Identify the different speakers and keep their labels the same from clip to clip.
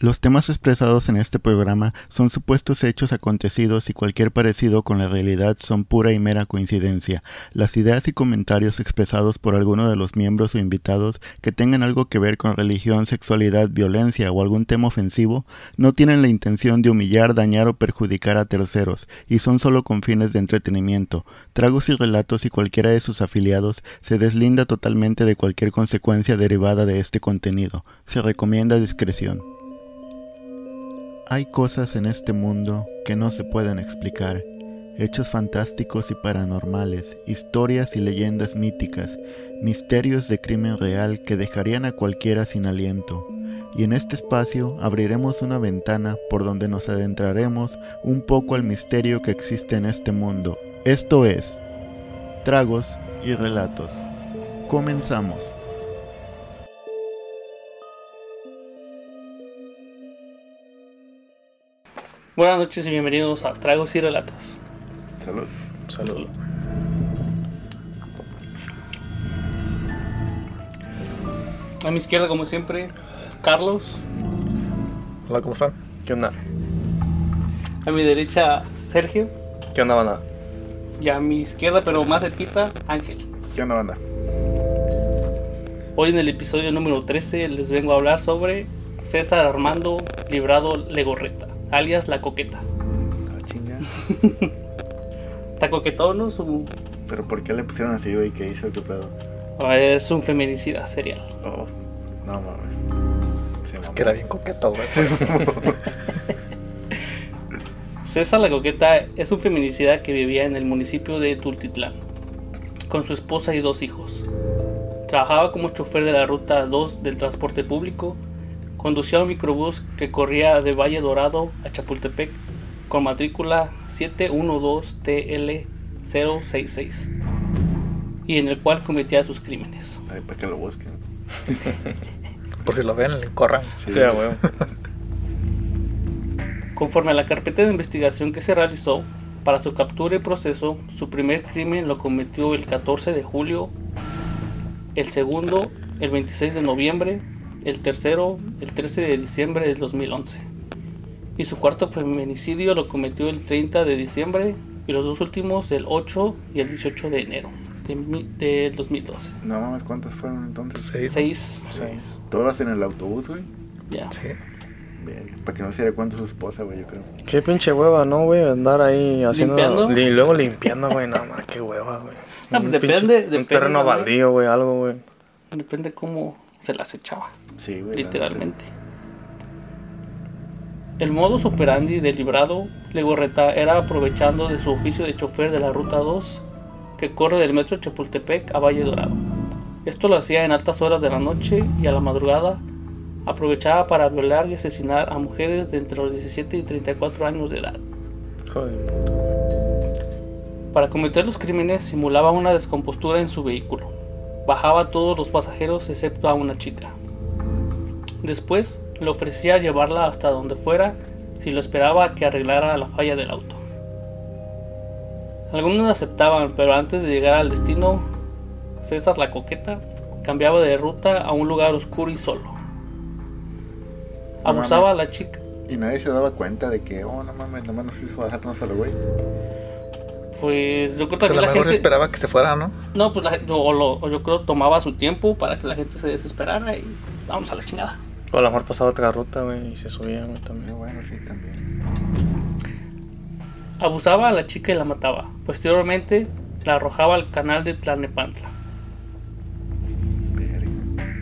Speaker 1: Los temas expresados en este programa son supuestos hechos acontecidos y cualquier parecido con la realidad son pura y mera coincidencia. Las ideas y comentarios expresados por alguno de los miembros o invitados que tengan algo que ver con religión, sexualidad, violencia o algún tema ofensivo no tienen la intención de humillar, dañar o perjudicar a terceros y son solo con fines de entretenimiento. Tragos y Relatos y cualquiera de sus afiliados se deslinda totalmente de cualquier consecuencia derivada de este contenido. Se recomienda discreción. Hay cosas en este mundo que no se pueden explicar, hechos fantásticos y paranormales, historias y leyendas míticas, misterios de crimen real que dejarían a cualquiera sin aliento. Y en este espacio abriremos una ventana por donde nos adentraremos un poco al misterio que existe en este mundo. Esto es Tragos y Relatos. Comenzamos.
Speaker 2: Buenas noches y bienvenidos a Tragos y Relatos.
Speaker 3: Salud.
Speaker 2: Salud. A mi izquierda, como siempre, Carlos.
Speaker 3: Hola, ¿cómo están? ¿Qué onda?
Speaker 2: A mi derecha, Sergio.
Speaker 3: ¿Qué onda, banda?
Speaker 2: Y a mi izquierda, pero más cerquita, Ángel.
Speaker 3: ¿Qué onda, banda?
Speaker 2: Hoy en el episodio número 13 les vengo a hablar sobre César Armando Librado Legorreta, alias La Coqueta.
Speaker 3: Ah, chinga.
Speaker 2: Está coquetón, ¿no? Su-
Speaker 3: ¿Pero por qué le pusieron así, güey? ¿Qué hizo? ¿Qué pedo?
Speaker 2: Es un feminicida serial.
Speaker 3: Oh, no mames. Se
Speaker 4: Es
Speaker 3: mamó.
Speaker 4: que era bien coqueto, güey.
Speaker 2: César La Coqueta es un feminicida que vivía en el municipio de Tultitlán, con su esposa y dos hijos. Trabajaba como chofer de la ruta 2 del transporte público, conducía un microbús que corría de Valle Dorado a Chapultepec con matrícula 712TL066 y en el cual cometía sus crímenes.
Speaker 3: Ay, para que lo busquen.
Speaker 4: Por si lo ven, le corran.
Speaker 3: Sí, a huevo.
Speaker 2: Conforme a la carpeta de investigación que se realizó, para su captura y proceso, su primer crimen lo cometió el 14 de julio, el segundo el 26 de noviembre, el tercero el 13 de diciembre del 2011. Y su cuarto feminicidio lo cometió el 30 de diciembre y los dos últimos el 8 y el 18 de enero de mi- del 2012.
Speaker 3: No mames, ¿cuántas fueron entonces?
Speaker 4: Pues Sí, sí.
Speaker 2: Seis.
Speaker 3: Seis. ¿Todas en el autobús, güey?
Speaker 2: Ya.
Speaker 3: Verga, Para que no se dé cuenta su esposa, güey, yo creo.
Speaker 5: Qué pinche hueva, ¿no, güey? Andar ahí haciendo...
Speaker 2: ¿Limpiando?
Speaker 5: Li- luego limpiando, güey. No, más qué hueva, güey.
Speaker 2: No,
Speaker 5: Un
Speaker 2: depende-
Speaker 5: pinche-
Speaker 2: depende,
Speaker 5: Un terreno
Speaker 2: ¿no, güey?
Speaker 5: baldío, güey, algo, güey.
Speaker 2: Depende cómo se las echaba.
Speaker 3: Sí, güey. la
Speaker 2: literalmente. El modus operandi de Librado Legorreta era aprovechando de su oficio de chofer de la Ruta 2 que corre del metro Chapultepec a Valle Dorado. Esto lo hacía en altas horas de la noche y a la madrugada aprovechaba para violar y asesinar a mujeres de entre los 17 y 34 años de edad.
Speaker 5: Joder.
Speaker 2: Para cometer los crímenes simulaba una descompostura en su vehículo. Bajaba a todos los pasajeros excepto a una chica. Después le ofrecía llevarla hasta donde fuera si lo esperaba que arreglara la falla del auto. Algunos aceptaban, pero antes de llegar al destino, César la coqueta cambiaba de ruta a un lugar oscuro y solo.
Speaker 3: No
Speaker 2: Abusaba a
Speaker 3: mames.
Speaker 2: la chica.
Speaker 3: neta. Y nadie se daba cuenta de que, oh, no mames, nomás nos hizo bajarnos a lo güey.
Speaker 2: Pues yo creo que
Speaker 4: Pues a
Speaker 2: también
Speaker 4: lo
Speaker 2: la
Speaker 4: mejor
Speaker 2: gente...
Speaker 4: esperaba que se fuera, ¿no?
Speaker 2: No, pues la gente, o lo- o yo creo tomaba su tiempo para que la gente se desesperara y vamos a la chingada.
Speaker 5: O a lo mejor pasaba otra ruta, güey, y se subía, güey,
Speaker 3: Pero
Speaker 5: también.
Speaker 3: bueno, sí, también.
Speaker 2: Abusaba a la chica y la mataba. Posteriormente la arrojaba al canal de Tlalnepantla.
Speaker 3: Verga.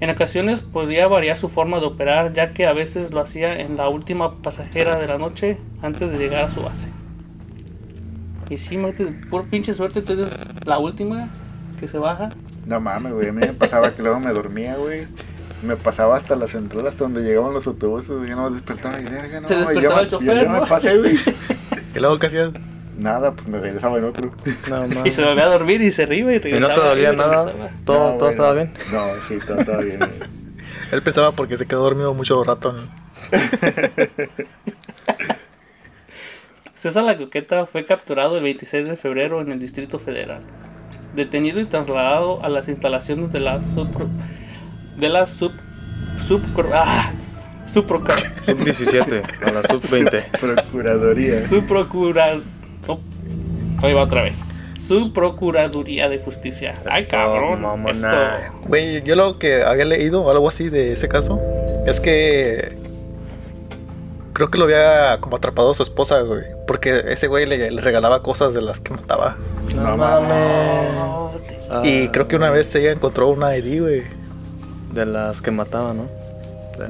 Speaker 2: En ocasiones podía variar su forma de operar, ya que a veces lo hacía en la última pasajera de la noche antes de llegar a su base. Y sí, mate, por pinche suerte tú eres la última que se baja.
Speaker 3: No mames, güey. A mí me pasaba que luego me dormía, güey. Me pasaba hasta la central, hasta donde llegaban los autobuses, güey. Yo no me despertaba y verga, no.
Speaker 2: Te
Speaker 3: güey,
Speaker 2: despertaba
Speaker 3: yo
Speaker 2: el
Speaker 3: me-
Speaker 2: chofer,
Speaker 3: yo- yo
Speaker 2: ¿no?
Speaker 3: me pasé, güey.
Speaker 4: Y luego que hacías.
Speaker 3: Nada, pues me regresaba en otro.
Speaker 5: Nada más.
Speaker 2: Y se volvía a dormir y se arriba y
Speaker 5: Y
Speaker 2: regresaba.
Speaker 5: no te dolía nada.
Speaker 2: regresaba.
Speaker 5: Todo,
Speaker 3: No,
Speaker 5: todo
Speaker 3: güey,
Speaker 5: estaba
Speaker 3: no.
Speaker 5: bien.
Speaker 3: No, sí, todo estaba bien. güey.
Speaker 4: Él pensaba porque se quedó dormido mucho rato. ¿no?
Speaker 2: César La Coqueta fue capturado el 26 de febrero en el Distrito Federal, detenido y trasladado a las instalaciones de la sub de la sub subcor- ah, Suproca-
Speaker 5: Sub 17 a la sub 20.
Speaker 3: Procuraduría.
Speaker 2: su procura... oh, ahí va otra vez. Su Procuraduría de Justicia. Ay,
Speaker 5: Eso,
Speaker 2: cabrón.
Speaker 5: mamona.
Speaker 2: Eso.
Speaker 4: Güey, yo lo que había leído, algo así de ese caso, es que creo que lo había como atrapado a su esposa, güey. Porque ese güey le, le regalaba cosas de las que mataba.
Speaker 5: No mames. Ah,
Speaker 4: Y creo que una vez ella encontró una ID, güey.
Speaker 5: De las que mataba, ¿no?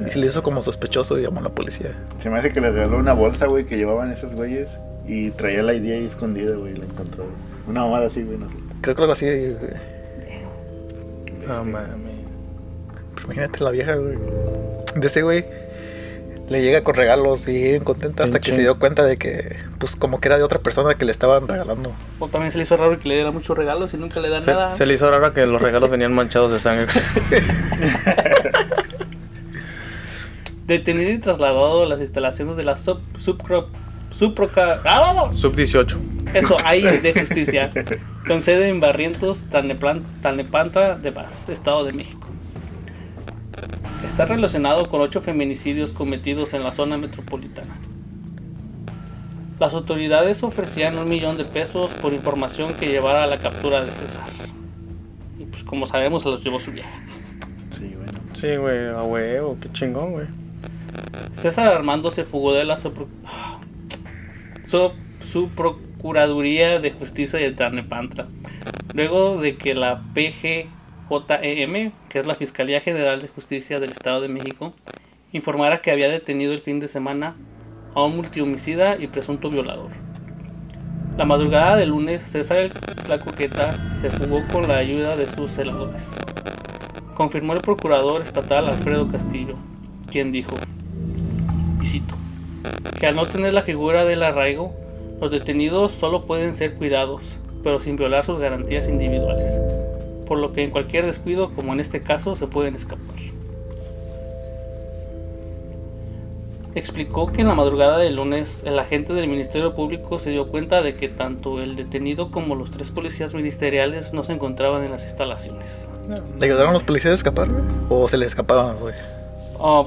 Speaker 4: Y se le hizo como sospechoso y llamó a la policía.
Speaker 3: Se me hace que le regaló una bolsa, güey, que llevaban esos güeyes. Y traía la idea ahí escondida, güey, y la encontró. güey. Una mamada así, güey, no sé.
Speaker 4: Creo que algo así, güey.
Speaker 5: No mames.
Speaker 4: Pero Imagínate la vieja, güey. De ese güey le llega con regalos y bien contenta hasta que
Speaker 5: Pinche.
Speaker 4: se dio cuenta de que, pues, como que era de otra persona que le estaban regalando.
Speaker 2: O también se le hizo raro que le diera muchos regalos y nunca le da nada.
Speaker 5: Se, se le hizo raro que los regalos venían manchados de sangre.
Speaker 2: Detenido y trasladado a las instalaciones de la sub, subcro- subproca- ¡Ah, no, no!
Speaker 5: Sub 18.
Speaker 2: Eso, ahí de justicia. Con sede en Barrientos, Tlalneplan- Tlalnepantla de Paz, Estado de México. Está relacionado con ocho feminicidios cometidos en la zona metropolitana. Las autoridades ofrecían un millón de pesos por información que llevara a la captura de César. Y pues como sabemos, se los llevó su vieja.
Speaker 3: Sí, güey. no.
Speaker 5: Sí, güey, a huevo, qué chingón, güey.
Speaker 2: César Armando se fugó de la sopro- so- su Procuraduría de Justicia de Tlalnepantla, luego de que la PGJEM, E que es la Fiscalía General de Justicia del Estado de México, informara que había detenido el fin de semana a un multihomicida y presunto violador. La madrugada del lunes, César la Coqueta se fugó con la ayuda de sus celadores. Confirmó el procurador estatal Alfredo Castillo, quien dijo, y cito, que al no tener la figura del arraigo, los detenidos solo pueden ser cuidados, pero sin violar sus garantías individuales, por lo que en cualquier descuido, como en este caso, se pueden escapar. Explicó que en la madrugada del lunes el agente del Ministerio Público se dio cuenta de que tanto el detenido como los tres policías ministeriales no se encontraban en las instalaciones.
Speaker 4: ¿Le ayudaron los policías a escapar, güey? ¿O se le escaparon, güey?
Speaker 2: Ah,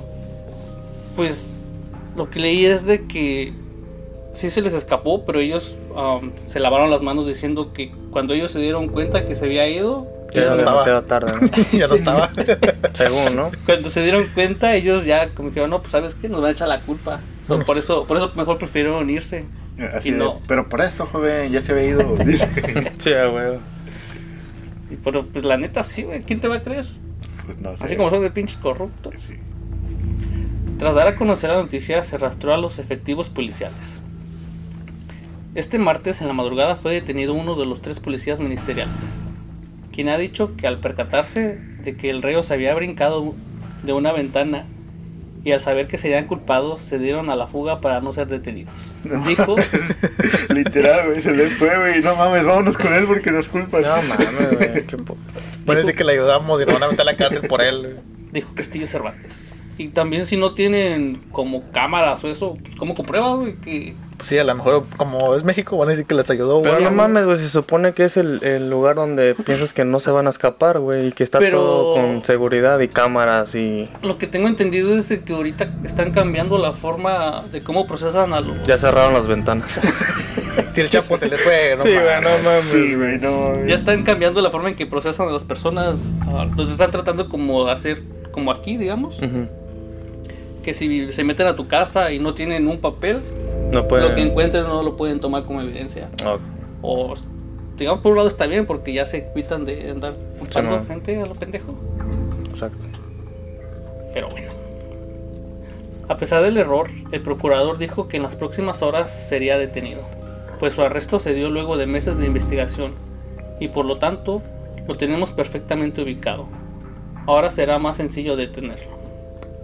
Speaker 2: pues lo que leí es de que sí se les escapó, pero ellos am, se lavaron las manos diciendo que cuando ellos se dieron cuenta que se había ido,
Speaker 5: Ya
Speaker 4: no
Speaker 5: era
Speaker 4: estaba.
Speaker 5: demasiado tarde, ¿no?
Speaker 4: ya no estaba.
Speaker 5: Según, ¿no?
Speaker 2: cuando se dieron cuenta ellos ya como que dijeron, no, pues sabes que nos va a echar la culpa. So, por eso por eso mejor prefirieron irse.
Speaker 3: Así
Speaker 2: Y
Speaker 3: de,
Speaker 2: no.
Speaker 3: Pero por eso, joven, ya se había ido. "Pues
Speaker 5: Sí, a huevo.
Speaker 2: Y pero pues la neta sí, güey, ¿quién te va a creer?
Speaker 3: pues no sé.
Speaker 2: Así como son de pinches corruptos.
Speaker 3: Sí.
Speaker 2: Tras dar a conocer la noticia, se rastreó a los efectivos policiales. Este martes en la madrugada fue detenido uno de los tres policías ministeriales, quien ha dicho que al percatarse de que el reo se había brincado de una ventana y al saber que serían culpados, se dieron a la fuga para no ser detenidos. Dijo,
Speaker 3: Literal, güey, se les fue, güey. No mames, vámonos con él porque nos culpan.
Speaker 5: No mames, güey. qué po-
Speaker 4: Puede decir que le ayudamos y nos van a meter a la cárcel por él, güey.
Speaker 2: dijo Castillo Cervantes. Y también si no tienen como cámaras o eso, pues ¿cómo compruebas, güey, que
Speaker 4: Pues sí, a lo mejor, como es México, van a decir que les ayudó,
Speaker 5: Pero
Speaker 4: güey.
Speaker 5: no mames, güey, se supone que es el, el lugar donde piensas que no se van a escapar, güey, y que está
Speaker 2: Pero-
Speaker 5: todo con seguridad y cámaras y...
Speaker 2: Lo que tengo entendido es de que ahorita están cambiando la forma de cómo procesan a los...
Speaker 5: Ya cerraron las ventanas.
Speaker 4: Si el chapo se les fue, no
Speaker 5: Sí, güey,
Speaker 4: mames.
Speaker 5: no mames.
Speaker 3: Sí, güey, no mames.
Speaker 2: Ya están cambiando la forma en que procesan a las personas. ah, Los están tratando como de hacer, como aquí, digamos.
Speaker 5: Ujú.
Speaker 2: Que si se meten a tu casa y no tienen un papel,
Speaker 5: No Oh, pueden...
Speaker 2: lo que encuentren no lo pueden tomar como evidencia.
Speaker 5: Ok.
Speaker 2: O, digamos, por un lado está bien porque ya se quitan de andar culpando
Speaker 5: man.
Speaker 2: gente a lo pendejo.
Speaker 5: Exacto.
Speaker 2: Pero bueno. A pesar del error, el procurador dijo que en las próximas horas sería detenido, pues su arresto se dio luego de meses de investigación y por lo tanto lo tenemos perfectamente ubicado. Ahora será más sencillo detenerlo.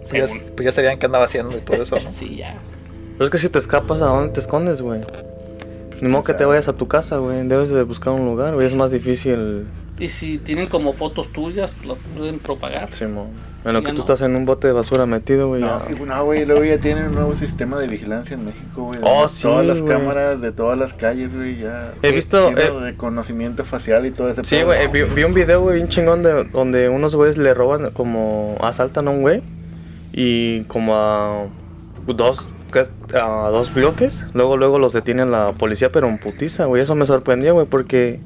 Speaker 4: Pues
Speaker 2: Según.
Speaker 4: ya, pues ya sabían qué andaba haciendo y todo eso, ¿no?
Speaker 2: Sí, ya.
Speaker 5: Pero es que si te escapas, ¿a dónde te escondes, güey? Ni modo que te vayas a tu casa, güey. Debes de buscar un lugar, güey. Es más difícil,
Speaker 2: Y si tienen como fotos tuyas, pues las pueden propagar.
Speaker 5: Simón. En lo
Speaker 2: Ya
Speaker 5: que tú
Speaker 2: no.
Speaker 5: estás en un bote de basura metido, güey.
Speaker 3: No,
Speaker 5: ya.
Speaker 3: sí, no, güey, luego ya tienen un nuevo sistema de vigilancia en México, güey.
Speaker 5: Oh,
Speaker 3: donde
Speaker 5: sí,
Speaker 3: Todas las
Speaker 5: güey.
Speaker 3: cámaras de todas las calles, güey, ya.
Speaker 5: He visto,
Speaker 3: Tiene
Speaker 5: eh,
Speaker 3: reconocimiento facial y todo ese
Speaker 5: Sí,
Speaker 3: pedo,
Speaker 5: güey,
Speaker 3: ¿no?
Speaker 5: vi, vi un video, güey, bien chingón de donde unos güeyes le roban, como asaltan a un güey Y como a dos, cas- a dos bloques, luego luego los detiene la policía, pero en putiza, güey. Eso me sorprendió, güey, porque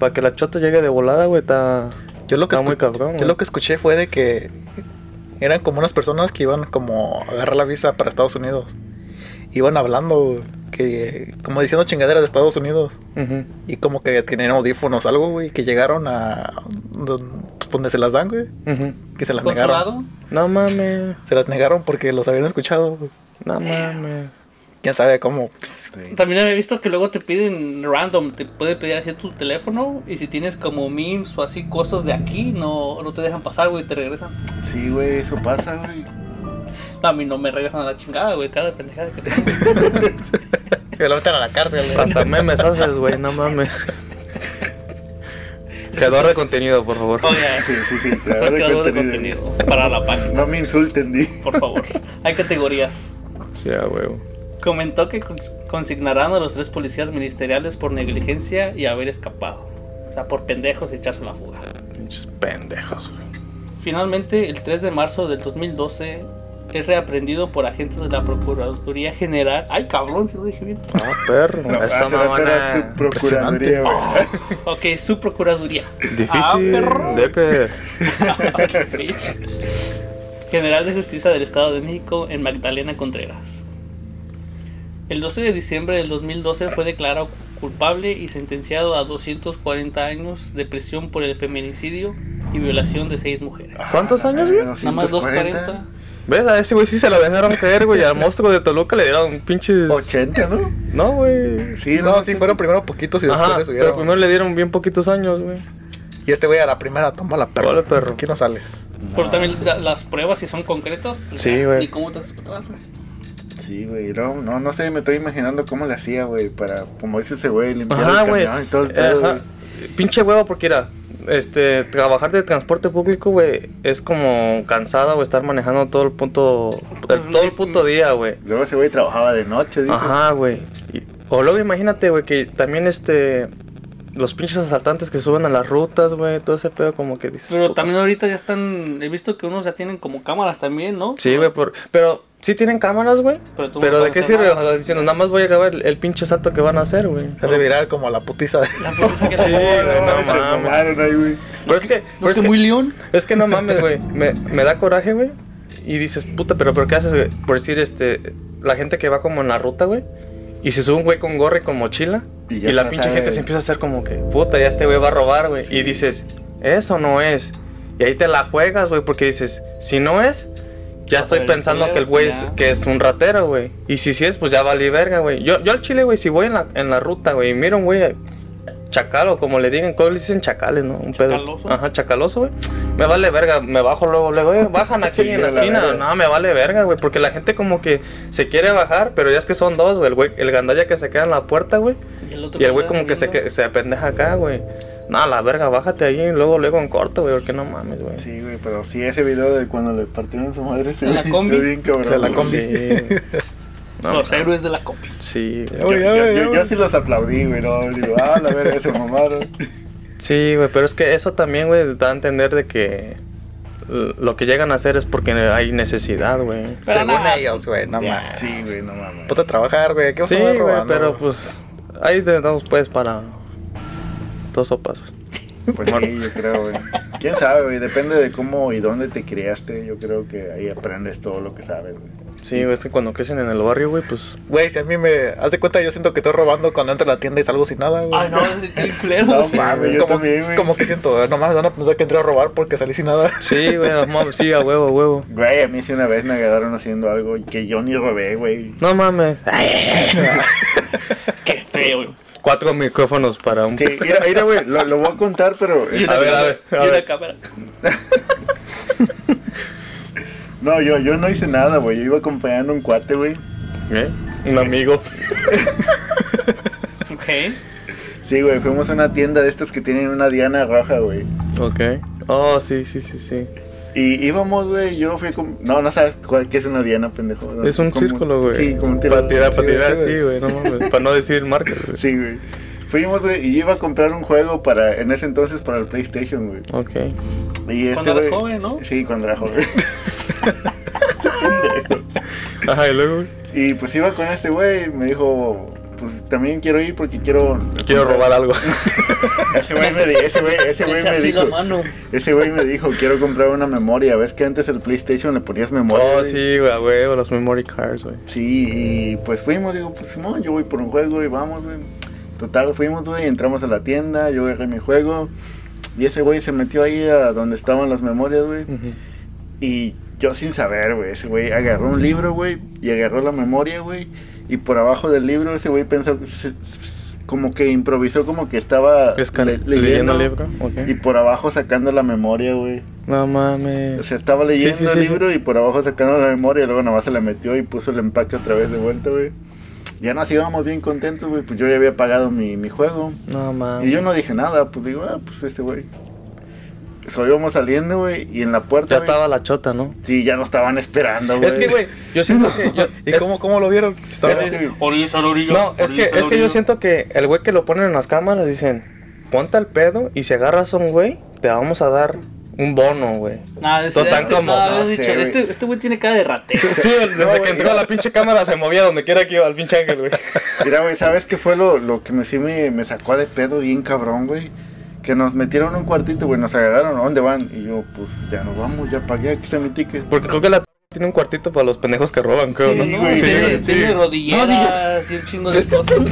Speaker 5: para que la chota llegue de volada, güey, está...
Speaker 4: Yo lo que,
Speaker 5: Está muy
Speaker 4: escu-
Speaker 5: cabrón,
Speaker 4: yo
Speaker 5: güey.
Speaker 4: lo que escuché fue de que eran como unas personas que iban como a agarrar la visa para Estados Unidos. Iban hablando, que como diciendo chingaderas de Estados Unidos.
Speaker 5: Ujú.
Speaker 4: Y como que tenían audífonos, algo, güey, que llegaron a don- pues, donde se las dan, güey.
Speaker 5: Ujú.
Speaker 4: Que se las negaron.
Speaker 2: Consulado.
Speaker 5: No mames,
Speaker 4: Se las negaron porque los habían escuchado, güey.
Speaker 5: no mames.
Speaker 4: Quién sabe cómo.
Speaker 2: También había visto que luego te piden random, te pueden pedir así tu teléfono y si tienes como memes o así cosas de aquí, no, no te dejan pasar, güey, te regresan.
Speaker 3: Sí, güey, eso pasa, güey.
Speaker 2: No, a mí no me regresan a la chingada, güey, cada pendejada que tengo.
Speaker 4: Se lo meten a la cárcel, güey.
Speaker 5: Hasta memes haces, güey, no mames. Creador de contenido, por favor.
Speaker 2: Oye,
Speaker 3: Sí, sí, sí,
Speaker 2: soy
Speaker 3: creador de
Speaker 2: creador de
Speaker 3: contenido.
Speaker 2: contenido para la página,
Speaker 3: No me insulten, di.
Speaker 2: por favor. Hay categorías.
Speaker 5: Sí, a huevo.
Speaker 2: Comentó que cons- consignarán a los tres policías ministeriales por negligencia y haber escapado. O sea, por pendejos y echarse a la fuga.
Speaker 5: Pinches pendejos, güey.
Speaker 2: Finalmente, el 3 de marzo del 2012 es reaprendido por agentes de la Procuraduría General. Ay, cabrón, si lo dije bien.
Speaker 5: Ah, perro.
Speaker 3: No,
Speaker 5: Esa
Speaker 3: hace rato era
Speaker 5: mamona.
Speaker 3: su procuraduría, güey.
Speaker 2: Ok, su Procuraduría. Ah,
Speaker 5: Difícil.
Speaker 2: perro.
Speaker 5: de que.
Speaker 2: Bitch. General de Justicia del Estado de México en Magdalena Contreras. El 12 de diciembre del 2012 fue declarado culpable y sentenciado a 240 años de prisión por el feminicidio y violación de seis mujeres.
Speaker 5: ¿Cuántos años, güey?
Speaker 2: Nada más 240.
Speaker 5: ¿Ves? A ese güey sí se la dejaron caer, güey. y Al monstruo de Toluca le dieron pinches.
Speaker 3: 80, ¿no?
Speaker 5: No, güey.
Speaker 3: Sí,
Speaker 4: No,
Speaker 3: no,
Speaker 4: sí, fueron primero poquitos y después
Speaker 5: Ajá,
Speaker 4: le
Speaker 5: pero
Speaker 4: subieron.
Speaker 5: primero le dieron bien poquitos años, güey.
Speaker 4: Y este güey a la primera toma la perra.
Speaker 5: Vale, perro.
Speaker 4: ¿Por qué no sales?
Speaker 2: Pero también la- las pruebas, si son concretas, pues
Speaker 5: Sí,
Speaker 2: ya,
Speaker 5: güey.
Speaker 2: ni cómo te haces para atrás, güey.
Speaker 3: Sí, güey, no, no, no sé, me estoy imaginando cómo le hacía, güey, para, como dice ese güey, limpiar
Speaker 5: Ajá,
Speaker 3: el
Speaker 5: güey.
Speaker 3: camión y todo el pedo,
Speaker 5: Ajá.
Speaker 3: güey.
Speaker 5: Pinche huevo, porque era. Este, trabajar de transporte público, güey, es como cansada, o estar manejando todo el punto. el- todo el puto día, güey.
Speaker 3: Luego ese güey trabajaba de noche, dice.
Speaker 5: Ajá, güey. Y- O luego imagínate, güey, que también este. Los pinches asaltantes que suben a las rutas, güey, todo ese pedo como que dices.
Speaker 2: Pero
Speaker 5: puta.
Speaker 2: también ahorita ya están. He visto que unos ya tienen como cámaras también, ¿no?
Speaker 5: Sí, güey, por... pero sí tienen cámaras, güey.
Speaker 2: Pero tú
Speaker 5: Pero,
Speaker 2: no
Speaker 5: ¿de
Speaker 2: puedes
Speaker 5: qué
Speaker 2: hacer
Speaker 5: sirve?
Speaker 2: nada.
Speaker 5: O sea, diciendo, nada más voy a grabar el, el pinche salto que van a hacer, güey.
Speaker 4: Se hace viral como la putiza de.
Speaker 2: La policía que-
Speaker 5: Sí, güey, no
Speaker 3: Se
Speaker 5: mames.
Speaker 3: mamaron ahí, güey.
Speaker 5: Pero es que, pero es, que
Speaker 4: león?
Speaker 5: es que no mames, güey. Me, me da coraje, güey. Y dices, puta, pero ¿pero qué haces, güey? Por decir, este, la gente que va como en la ruta, güey. Y se sube un güey con gorra y con mochila.
Speaker 3: Y
Speaker 5: Y,
Speaker 3: ya se
Speaker 5: la
Speaker 3: la
Speaker 5: pinche
Speaker 3: sabe.
Speaker 5: gente se empieza a hacer como que, puta, ya este güey va a robar, güey. Y dices, eso no es. Y ahí te la juegas, güey, porque dices, si no es, ya
Speaker 2: Va por
Speaker 5: estoy
Speaker 2: Ah, el
Speaker 5: pensando
Speaker 2: culero,
Speaker 5: que el güey es,
Speaker 2: ya.
Speaker 5: que es un ratero, güey. Y si sí es, pues ya vale verga, güey. Yo, yo al chile, güey, si voy en la, en la ruta, güey, y miro un güey chacal o como le digan, ¿cómo le dicen chacales, no? Un pedo.
Speaker 2: Chacaloso.
Speaker 5: Ajá, chacaloso, güey. Me vale verga, me bajo luego, luego, eh, bajan aquí en la
Speaker 3: Chinga la
Speaker 5: esquina.
Speaker 3: verga.
Speaker 5: No, me vale verga, güey, porque la gente como que se quiere bajar, pero ya es que son dos, güey. El, güey, el gandalla que se queda en la puerta, güey.
Speaker 2: Y el, otro
Speaker 5: Y el güey
Speaker 2: está
Speaker 5: como que se,
Speaker 2: durmiendo.
Speaker 5: que se apendeja acá, güey. No, la verga, bájate ahí y luego, luego en corto, güey, porque no mames, güey.
Speaker 3: Sí, güey, pero sí, ese video de cuando le partieron su madre, se
Speaker 2: En la combi.
Speaker 3: bien cabrón.
Speaker 4: Se la combi.
Speaker 5: No,
Speaker 2: Los
Speaker 5: mames.
Speaker 2: héroes de la copa.
Speaker 5: Sí, güey.
Speaker 3: Yo, yo- yo- yo sí los aplaudí, güey, no, digo, ah, la verga, se mamaron.
Speaker 5: Sí, güey, pero es que eso también, güey, da a entender de que eh, lo que llegan a hacer es porque hay necesidad, güey.
Speaker 2: Pero
Speaker 4: Según
Speaker 2: nada.
Speaker 4: ellos, güey, no
Speaker 3: Ya,
Speaker 4: mames.
Speaker 3: Sí, güey, no mames.
Speaker 4: Ponte a trabajar, güey. ¿Qué vas
Speaker 5: Sí,
Speaker 4: a andar
Speaker 5: güey,
Speaker 4: robando?
Speaker 5: pero pues hay de dos, pues, para dos sopas.
Speaker 3: Pues sí, yo creo, güey. Quién sabe, güey, depende de cómo y dónde te criaste, yo creo que ahí aprendes todo lo que sabes, güey.
Speaker 5: Sí, güey, es que cuando crecen en el barrio, güey, pues...
Speaker 4: Güey, si a mí me. Haz de cuenta, yo siento que estoy robando cuando entro a la tienda y salgo sin nada,
Speaker 5: Ah,
Speaker 4: güey.
Speaker 2: Ay, no, es el culero.
Speaker 3: No
Speaker 2: sí.
Speaker 3: mames, yo
Speaker 4: como,
Speaker 3: también, güey.
Speaker 4: como que siento, eh, no mames, van a pensar que entré a robar porque salí sin nada.
Speaker 5: Sí, güey, mam- sí, a huevo, a huevo.
Speaker 3: Güey, a mí sí una vez me agarraron haciendo algo y que yo ni robé, güey.
Speaker 5: No mames.
Speaker 2: Qué feo, güey.
Speaker 5: Cuatro micrófonos para un...
Speaker 3: Sí, mira, mira, güey, lo, lo voy a contar, pero... eh,
Speaker 2: Y
Speaker 5: A
Speaker 2: una
Speaker 5: ver, a
Speaker 2: cámara,
Speaker 5: ver,
Speaker 2: y
Speaker 5: a
Speaker 2: una
Speaker 5: ver.
Speaker 2: cámara.
Speaker 3: No, yo, yo no hice nada, güey, yo iba acompañando a un cuate, güey.
Speaker 5: ¿Eh? Un amigo.
Speaker 3: Este
Speaker 2: Ok.
Speaker 3: Sí, güey, fuimos a una tienda de estas que tienen una diana roja, güey.
Speaker 5: Ok. Oh, sí, sí, sí, sí.
Speaker 3: Y íbamos, güey, yo fui con... No, no sabes cuál que es una diana, pendejo. ¿no?
Speaker 5: Es un
Speaker 3: Como-
Speaker 5: círculo, güey.
Speaker 3: Sí, como un
Speaker 5: Para tirar,
Speaker 4: Sí,
Speaker 5: para
Speaker 4: güey,
Speaker 5: tirar,
Speaker 4: sí,
Speaker 5: sí, güey, no mames. Para no decir marcas, güey.
Speaker 3: Sí, güey. Fuimos, güey, y yo iba a comprar un juego para... En ese entonces para el PlayStation, güey.
Speaker 5: Ok.
Speaker 3: Y este,
Speaker 2: Cuando eras
Speaker 3: güey-
Speaker 2: joven, ¿no?
Speaker 3: Sí, cuando era joven.
Speaker 5: Ajá, y luego, güey.
Speaker 3: Y pues iba con este güey, me dijo, pues también quiero ir porque quiero...
Speaker 5: Quiero robar algo.
Speaker 3: Ese güey me, di- ese güey- ese este güey
Speaker 2: Es
Speaker 3: me
Speaker 2: así
Speaker 3: dijo...
Speaker 2: la mano.
Speaker 3: Ese güey me dijo, quiero comprar una memoria. ¿Ves que antes el PlayStation le ponías memoria?
Speaker 5: Oh,
Speaker 3: güey?
Speaker 5: sí, güey, a huevo, los memory cards, güey.
Speaker 3: Sí, y pues fuimos, digo, pues Simón, yo voy por un juego y vamos, güey. Total, fuimos, güey, entramos a la tienda, yo agarré mi juego. Y ese güey se metió ahí a donde estaban las memorias, güey. Y yo sin saber, güey, ese güey agarró un libro, güey, y agarró la memoria, güey. Y por abajo del libro ese güey pensó, s- s- como que improvisó, como que estaba
Speaker 5: Es que
Speaker 3: le-
Speaker 5: leyendo el libro, ok.
Speaker 3: Y por abajo sacando la memoria, güey.
Speaker 5: No
Speaker 3: O
Speaker 5: mames.
Speaker 3: sea, estaba leyendo
Speaker 5: Sí, sí, sí,
Speaker 3: el
Speaker 5: sí.
Speaker 3: libro y por abajo sacando la memoria y luego nomás se la metió y puso el empaque otra vez de vuelta, güey. Ya nos íbamos bien contentos, güey, pues yo ya había pagado mi, mi juego.
Speaker 5: No mames.
Speaker 3: Y yo no dije nada, pues digo, ah, pues este güey. So íbamos saliendo, güey, y en la puerta.
Speaker 5: Ya
Speaker 3: güey,
Speaker 5: estaba la chota, ¿no?
Speaker 3: Sí, ya nos estaban esperando, güey.
Speaker 5: Es que, güey, yo siento que. yo-
Speaker 4: ¿Y
Speaker 5: es-
Speaker 4: cómo, cómo lo vieron? Si estaba-
Speaker 3: Es que-
Speaker 2: Orillas a la orilla.
Speaker 5: No, es que,
Speaker 2: orillas a la
Speaker 5: es que yo
Speaker 2: orilla.
Speaker 5: siento que el güey que lo ponen en las cámaras dicen: Ponte al pedo y si agarras a un güey, te vamos a dar un bono, güey.
Speaker 2: Nah, es-
Speaker 5: Todos están
Speaker 2: este-
Speaker 5: como-
Speaker 2: no,
Speaker 5: no
Speaker 2: habías
Speaker 3: sé,
Speaker 2: dicho,
Speaker 3: güey.
Speaker 2: este este güey tiene cara de ratero.
Speaker 5: Sí, desde
Speaker 3: No,
Speaker 5: que
Speaker 3: güey,
Speaker 5: entró
Speaker 3: yo-
Speaker 5: la pinche cámara se movía donde quiera que iba el pinche ángel, güey.
Speaker 3: Mira, güey, ¿sabes qué fue lo, lo que me, sí me, me sacó de pedo bien cabrón, güey? Que nos metieron a un cuartito, güey, nos agarraron, ¿a dónde van? Y yo, pues ya nos vamos, ya pagué, aquí está mi ticket.
Speaker 5: Porque creo que la tiene un cuartito para los pendejos que roban, creo,
Speaker 2: Sí,
Speaker 5: ¿no?
Speaker 2: ¿no?
Speaker 3: güey,
Speaker 2: tiene,
Speaker 3: sí.
Speaker 2: tiene rodilleras
Speaker 3: No
Speaker 2: y un chingo de
Speaker 5: este
Speaker 2: cosas.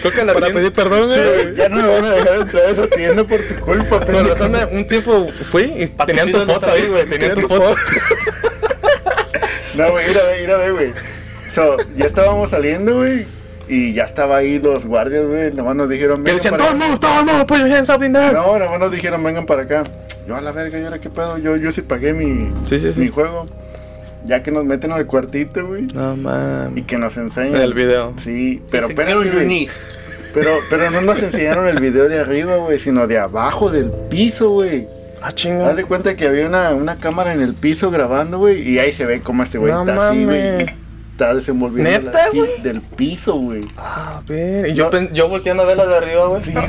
Speaker 5: Creo que la
Speaker 4: Para
Speaker 5: tiene-
Speaker 4: pedir perdón,
Speaker 5: Sí,
Speaker 4: güey.
Speaker 5: güey.
Speaker 3: Ya no me van a dejar entrar a esa tienda por tu culpa,
Speaker 5: Con
Speaker 3: pendejo.
Speaker 5: razón, un tiempo fui y tenían tu
Speaker 2: Patrocinando
Speaker 5: foto ahí, güey. Tenían tu foto.
Speaker 3: No, güey, mira, güey, mira, güey, güey. So, ya estábamos saliendo, güey. Y ya estaba ahí los guardias, güey. Nomás nos dijeron,
Speaker 5: Que
Speaker 3: "Vengan
Speaker 5: decían, pues,
Speaker 3: para-
Speaker 5: todo el mundo, todo el mundo, put your hands up in there.
Speaker 3: No, nomás nos dijeron, vengan para acá. Yo a la verga, ¿y ahora qué pedo? Yo, yo sí pagué mi,
Speaker 5: Sí, sí, sí.
Speaker 3: mi juego. Ya que nos meten al cuartito, güey.
Speaker 5: No
Speaker 3: Y
Speaker 5: mames.
Speaker 3: que nos enseñan.
Speaker 5: En el video.
Speaker 3: Sí, pero
Speaker 2: Sí,
Speaker 3: espérate,
Speaker 2: quiero
Speaker 3: güey.
Speaker 2: yunis.
Speaker 3: Pero, pero no nos enseñaron el video de arriba, güey, sino de abajo del piso, güey.
Speaker 5: Ah,
Speaker 3: Haz
Speaker 5: chinga.
Speaker 3: de cuenta que había una, una cámara en el piso grabando, güey, y ahí se ve cómo este güey
Speaker 5: No
Speaker 3: está así, güey.
Speaker 5: mames.
Speaker 3: y Está desenvolviendo
Speaker 5: ¿Neta, güey?
Speaker 3: del piso, güey.
Speaker 5: A ver. Y yo, pen- yo volteando a ver las de arriba, güey.
Speaker 3: Sí, güey.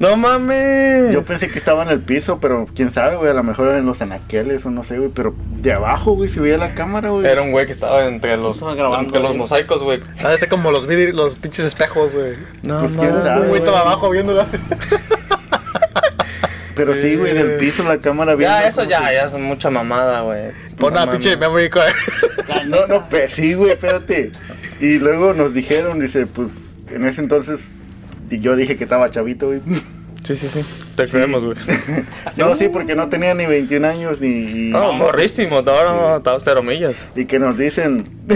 Speaker 5: No mames.
Speaker 3: Yo pensé que estaba en el piso, pero quién sabe, güey, a lo mejor en los anaqueles o no sé, güey, pero de abajo, güey, se veía la cámara, güey.
Speaker 5: Era un güey que estaba entre los,
Speaker 2: Estaba grabando,
Speaker 5: entre los
Speaker 2: güey.
Speaker 5: mosaicos, güey.
Speaker 4: Ha de ser como los, vidri- los pinches espejos, güey.
Speaker 5: No
Speaker 3: Pues, ¿quién
Speaker 5: Ah,
Speaker 3: sabe,
Speaker 4: Un
Speaker 3: güey?
Speaker 4: güey estaba abajo viéndola.
Speaker 3: Pero sí, güey, del piso la cámara viendo
Speaker 5: Ya, eso
Speaker 3: cómo
Speaker 5: ya,
Speaker 3: se-
Speaker 5: ya es mucha mamada, güey.
Speaker 3: Pues
Speaker 4: Pon
Speaker 5: No
Speaker 4: la
Speaker 5: mames.
Speaker 4: pinche memory card.
Speaker 3: No,
Speaker 2: Ah.
Speaker 3: no, pues sí, güey, espérate. Y luego nos dijeron, dice, pues, en ese entonces y yo dije que estaba chavito, güey.
Speaker 5: Sí, sí, sí. Te creemos, güey.
Speaker 3: No, sí, porque no tenía ni 21 años ni...
Speaker 5: No, morrísimo. Ahora no, estaba cero millas.
Speaker 3: y que nos dicen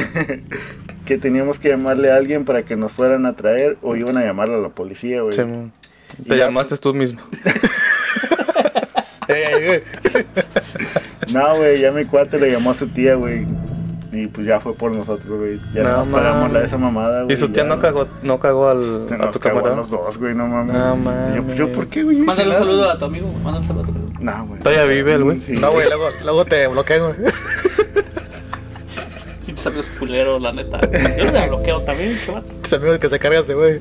Speaker 3: que teníamos que llamarle a alguien para que nos fueran a traer o iban a llamarle a la policía, güey.
Speaker 5: Sí, mon. te
Speaker 3: ya-
Speaker 5: llamaste tú mismo.
Speaker 4: Eh, güey.
Speaker 3: No, güey, ya mi cuate le llamó a su tía, güey. Y pues ya fue por nosotros, güey. Ya
Speaker 5: No
Speaker 3: nos pagamos
Speaker 5: mames.
Speaker 3: la esa mamada, güey.
Speaker 5: Y su tía
Speaker 3: ya,
Speaker 5: no cagó, no cagó al,
Speaker 3: Se
Speaker 5: a
Speaker 3: nos
Speaker 5: tu
Speaker 3: cagó a
Speaker 5: camarada. Ah,
Speaker 3: los dos, güey, no mames.
Speaker 5: No mames.
Speaker 3: Yo, pues, yo, ¿por qué, güey? Yo hice
Speaker 2: Mándale un
Speaker 3: nada.
Speaker 2: saludo a tu amigo. Mándale un saludo a tu amigo.
Speaker 3: No, güey.
Speaker 5: Todavía vive el güey.
Speaker 3: Sí.
Speaker 4: No, güey, luego, luego te bloqueo, güey.
Speaker 2: Pinches amigos culeros, la neta. Yo me bloqueo también, qué vato.
Speaker 4: Tus amigos que se cargaste, güey.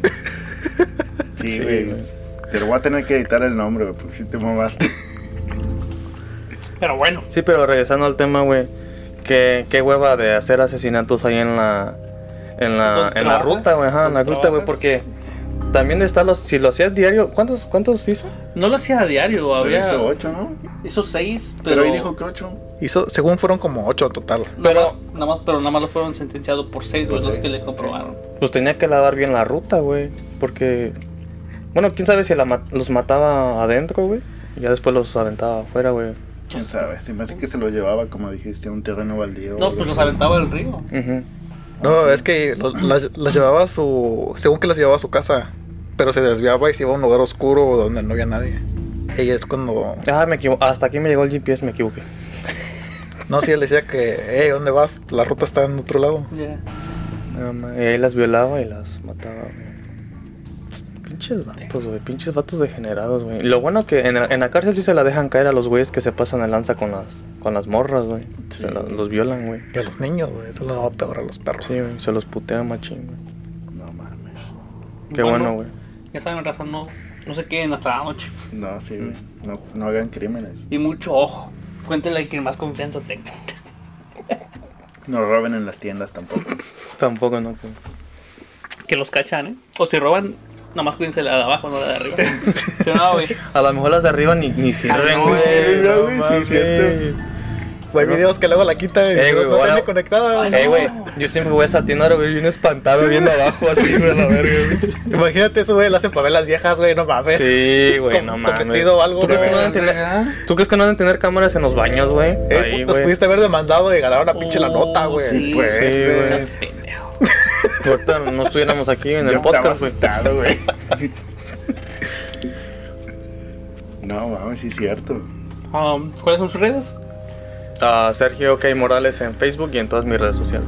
Speaker 3: Sí, güey. Pero voy a tener que editar el nombre, güey, porque si te mamaste.
Speaker 2: Pero bueno.
Speaker 5: Sí, pero regresando al tema, güey. ¿qué, qué hueva de hacer asesinatos ahí en la. En la,
Speaker 2: ¿Dónde
Speaker 5: en la
Speaker 2: trabajas?
Speaker 5: ruta, güey. Ajá, en la
Speaker 2: ¿Dónde
Speaker 5: ruta, güey.
Speaker 2: trabajas?
Speaker 5: Porque también está los. Si lo hacías diario. ¿Cuántos, cuántos hizo?
Speaker 2: No lo hacía a diario, había.
Speaker 3: Pero hizo ocho, ¿no?
Speaker 2: Hizo seis, pero.
Speaker 3: Pero ahí dijo que ocho.
Speaker 4: Hizo, según fueron como ocho en total.
Speaker 2: Pero nada más, pero nada más lo fueron sentenciados por seis, güey, los
Speaker 3: seis,
Speaker 2: que le comprobaron.
Speaker 5: Pues tenía que lavar bien la ruta, güey. Porque. Bueno, quién sabe si la ma- los mataba adentro, güey. Y ya después los aventaba afuera, güey.
Speaker 3: ¿Quién sabe? Se me hace que se lo llevaba, como dijiste, a un terreno baldío.
Speaker 2: No, pues los aventaba al río.
Speaker 5: Ujú.
Speaker 4: No, es que lo- las, las llevaba a su. Según que las llevaba a su casa. Pero se desviaba y se iba a un lugar oscuro donde no había nadie. Y es cuando.
Speaker 5: Ah, me equivo- Hasta aquí me llegó el GPS, me equivoqué.
Speaker 4: No, si él decía que, hey, ¿dónde vas? La ruta está en otro lado.
Speaker 2: Ya.
Speaker 5: No, ma- y ahí las violaba y las mataba, güey. Pinches vatos, güey. Pinches vatos degenerados, güey. Lo bueno que en, la- en la cárcel sí se la dejan caer a los güeyes que se pasan de lanza con las, con las morras, güey. Se la- los violan, güey.
Speaker 4: Y a los niños, güey. Eso lo va peor a los perros.
Speaker 5: Sí, güey. Se los putean machín, güey.
Speaker 3: No mames.
Speaker 5: Qué bueno, güey.
Speaker 2: Ya saben, raza, no, no se queden hasta la noche.
Speaker 3: No, sí, güey. No, no hagan crímenes.
Speaker 2: Y mucho ojo. Cuéntale a quien más confianza tenga.
Speaker 3: No roben en las tiendas tampoco.
Speaker 5: Tampoco no. pues.
Speaker 2: Que los cachan, ¿eh? O si roban, nomás cuídense la de abajo, no la de arriba. Si no, güey.
Speaker 5: A lo mejor las de arriba ni, ni sirven,
Speaker 2: no,
Speaker 5: Ah, güey.
Speaker 3: sí,
Speaker 5: no
Speaker 3: güey, sí,
Speaker 5: mames.
Speaker 3: cierto.
Speaker 4: Hay videos que luego la quita, güey.
Speaker 5: Eh, güey,
Speaker 4: no
Speaker 5: ahora-
Speaker 4: tiene conectada, güey.
Speaker 5: Ey, güey, yo siempre voy a esa tienda, güey, bien espantado, viendo abajo así, güey, a la verga, güey.
Speaker 4: Imagínate eso, güey. La hacen para ver las viejas, güey. No mames.
Speaker 5: Sí, güey,
Speaker 4: Con-
Speaker 5: no
Speaker 4: con
Speaker 5: mames.
Speaker 4: vestido o algo,
Speaker 5: ¿Tú crees, que
Speaker 4: güey.
Speaker 5: no van a tener, ¿Tú crees que no van a tener cámaras en los baños, güey?
Speaker 4: Eh,
Speaker 5: Ahí,
Speaker 4: los
Speaker 5: güey.
Speaker 4: pudiste haber demandado y ganaron la pinche la nota,
Speaker 2: Oh,
Speaker 4: güey.
Speaker 2: sí,
Speaker 4: pues,
Speaker 2: sí,
Speaker 4: güey.
Speaker 5: güey.
Speaker 2: Pendejo.
Speaker 5: pues, Ahorita no estuviéramos aquí en
Speaker 3: Yo
Speaker 5: el
Speaker 3: estaba
Speaker 5: podcast, güey.
Speaker 3: asustado, güey. No, mames, sí es cierto.
Speaker 2: Um, ¿Cuáles son sus redes?
Speaker 5: A Sergio K. Morales en Facebook y en todas mis redes sociales.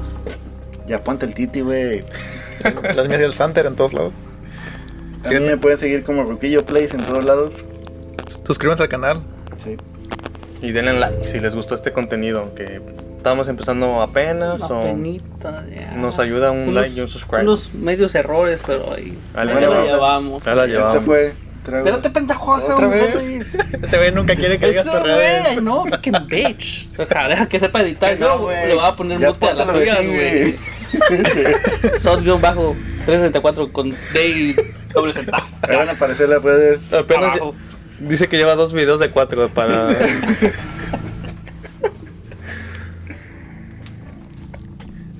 Speaker 3: Ya ponte el titi, güey.
Speaker 4: Las mías y el Santer en todos lados.
Speaker 3: A mí me pueden seguir como Ruquillo Place en todos lados.
Speaker 4: Suscríbanse al canal.
Speaker 3: Sí.
Speaker 5: Y denle like si les gustó este contenido, que estamos empezando apenas o
Speaker 2: penita, ya.
Speaker 5: nos ayuda un
Speaker 2: Unos-
Speaker 5: like y un subscribe.
Speaker 2: Unos medios errores, pero ahí.
Speaker 5: Ahí la
Speaker 2: ahí la
Speaker 5: llevamos.
Speaker 2: llevamos.
Speaker 5: Ya la
Speaker 3: Este
Speaker 5: llevamos.
Speaker 3: fue. Trago.
Speaker 2: Espérate, pendejo,
Speaker 3: ¿Otra
Speaker 2: güey,
Speaker 3: vez?
Speaker 2: no te-
Speaker 4: Ese güey nunca quiere que digas tus
Speaker 2: Eso,
Speaker 4: redes.
Speaker 2: güey, no, fucking bitch. O sea, deja que sepa editar,
Speaker 3: No,
Speaker 2: no,
Speaker 3: güey.
Speaker 2: le voy a poner
Speaker 3: Ya
Speaker 2: mute a las
Speaker 3: póntelo
Speaker 2: suyas,
Speaker 3: así,
Speaker 2: güey. Sot-bajo 364 con D y doble Z.
Speaker 3: Ahí van a aparecer las redes.
Speaker 5: Apenas
Speaker 2: Abajo.
Speaker 5: dice que lleva dos videos de cuatro para.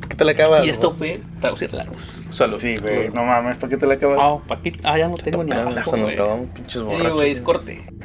Speaker 4: ¿Qué te le acabas?
Speaker 2: Y esto fue traducir la luz.
Speaker 5: Salud.
Speaker 3: Sí, güey. No mames, ¿para qué te la acabas?
Speaker 2: Ah, Paquito, ah, ya no tengo ni
Speaker 5: Ya,
Speaker 2: nada.
Speaker 5: se nos acabamos, pinches borrachos.
Speaker 2: güey, es corte.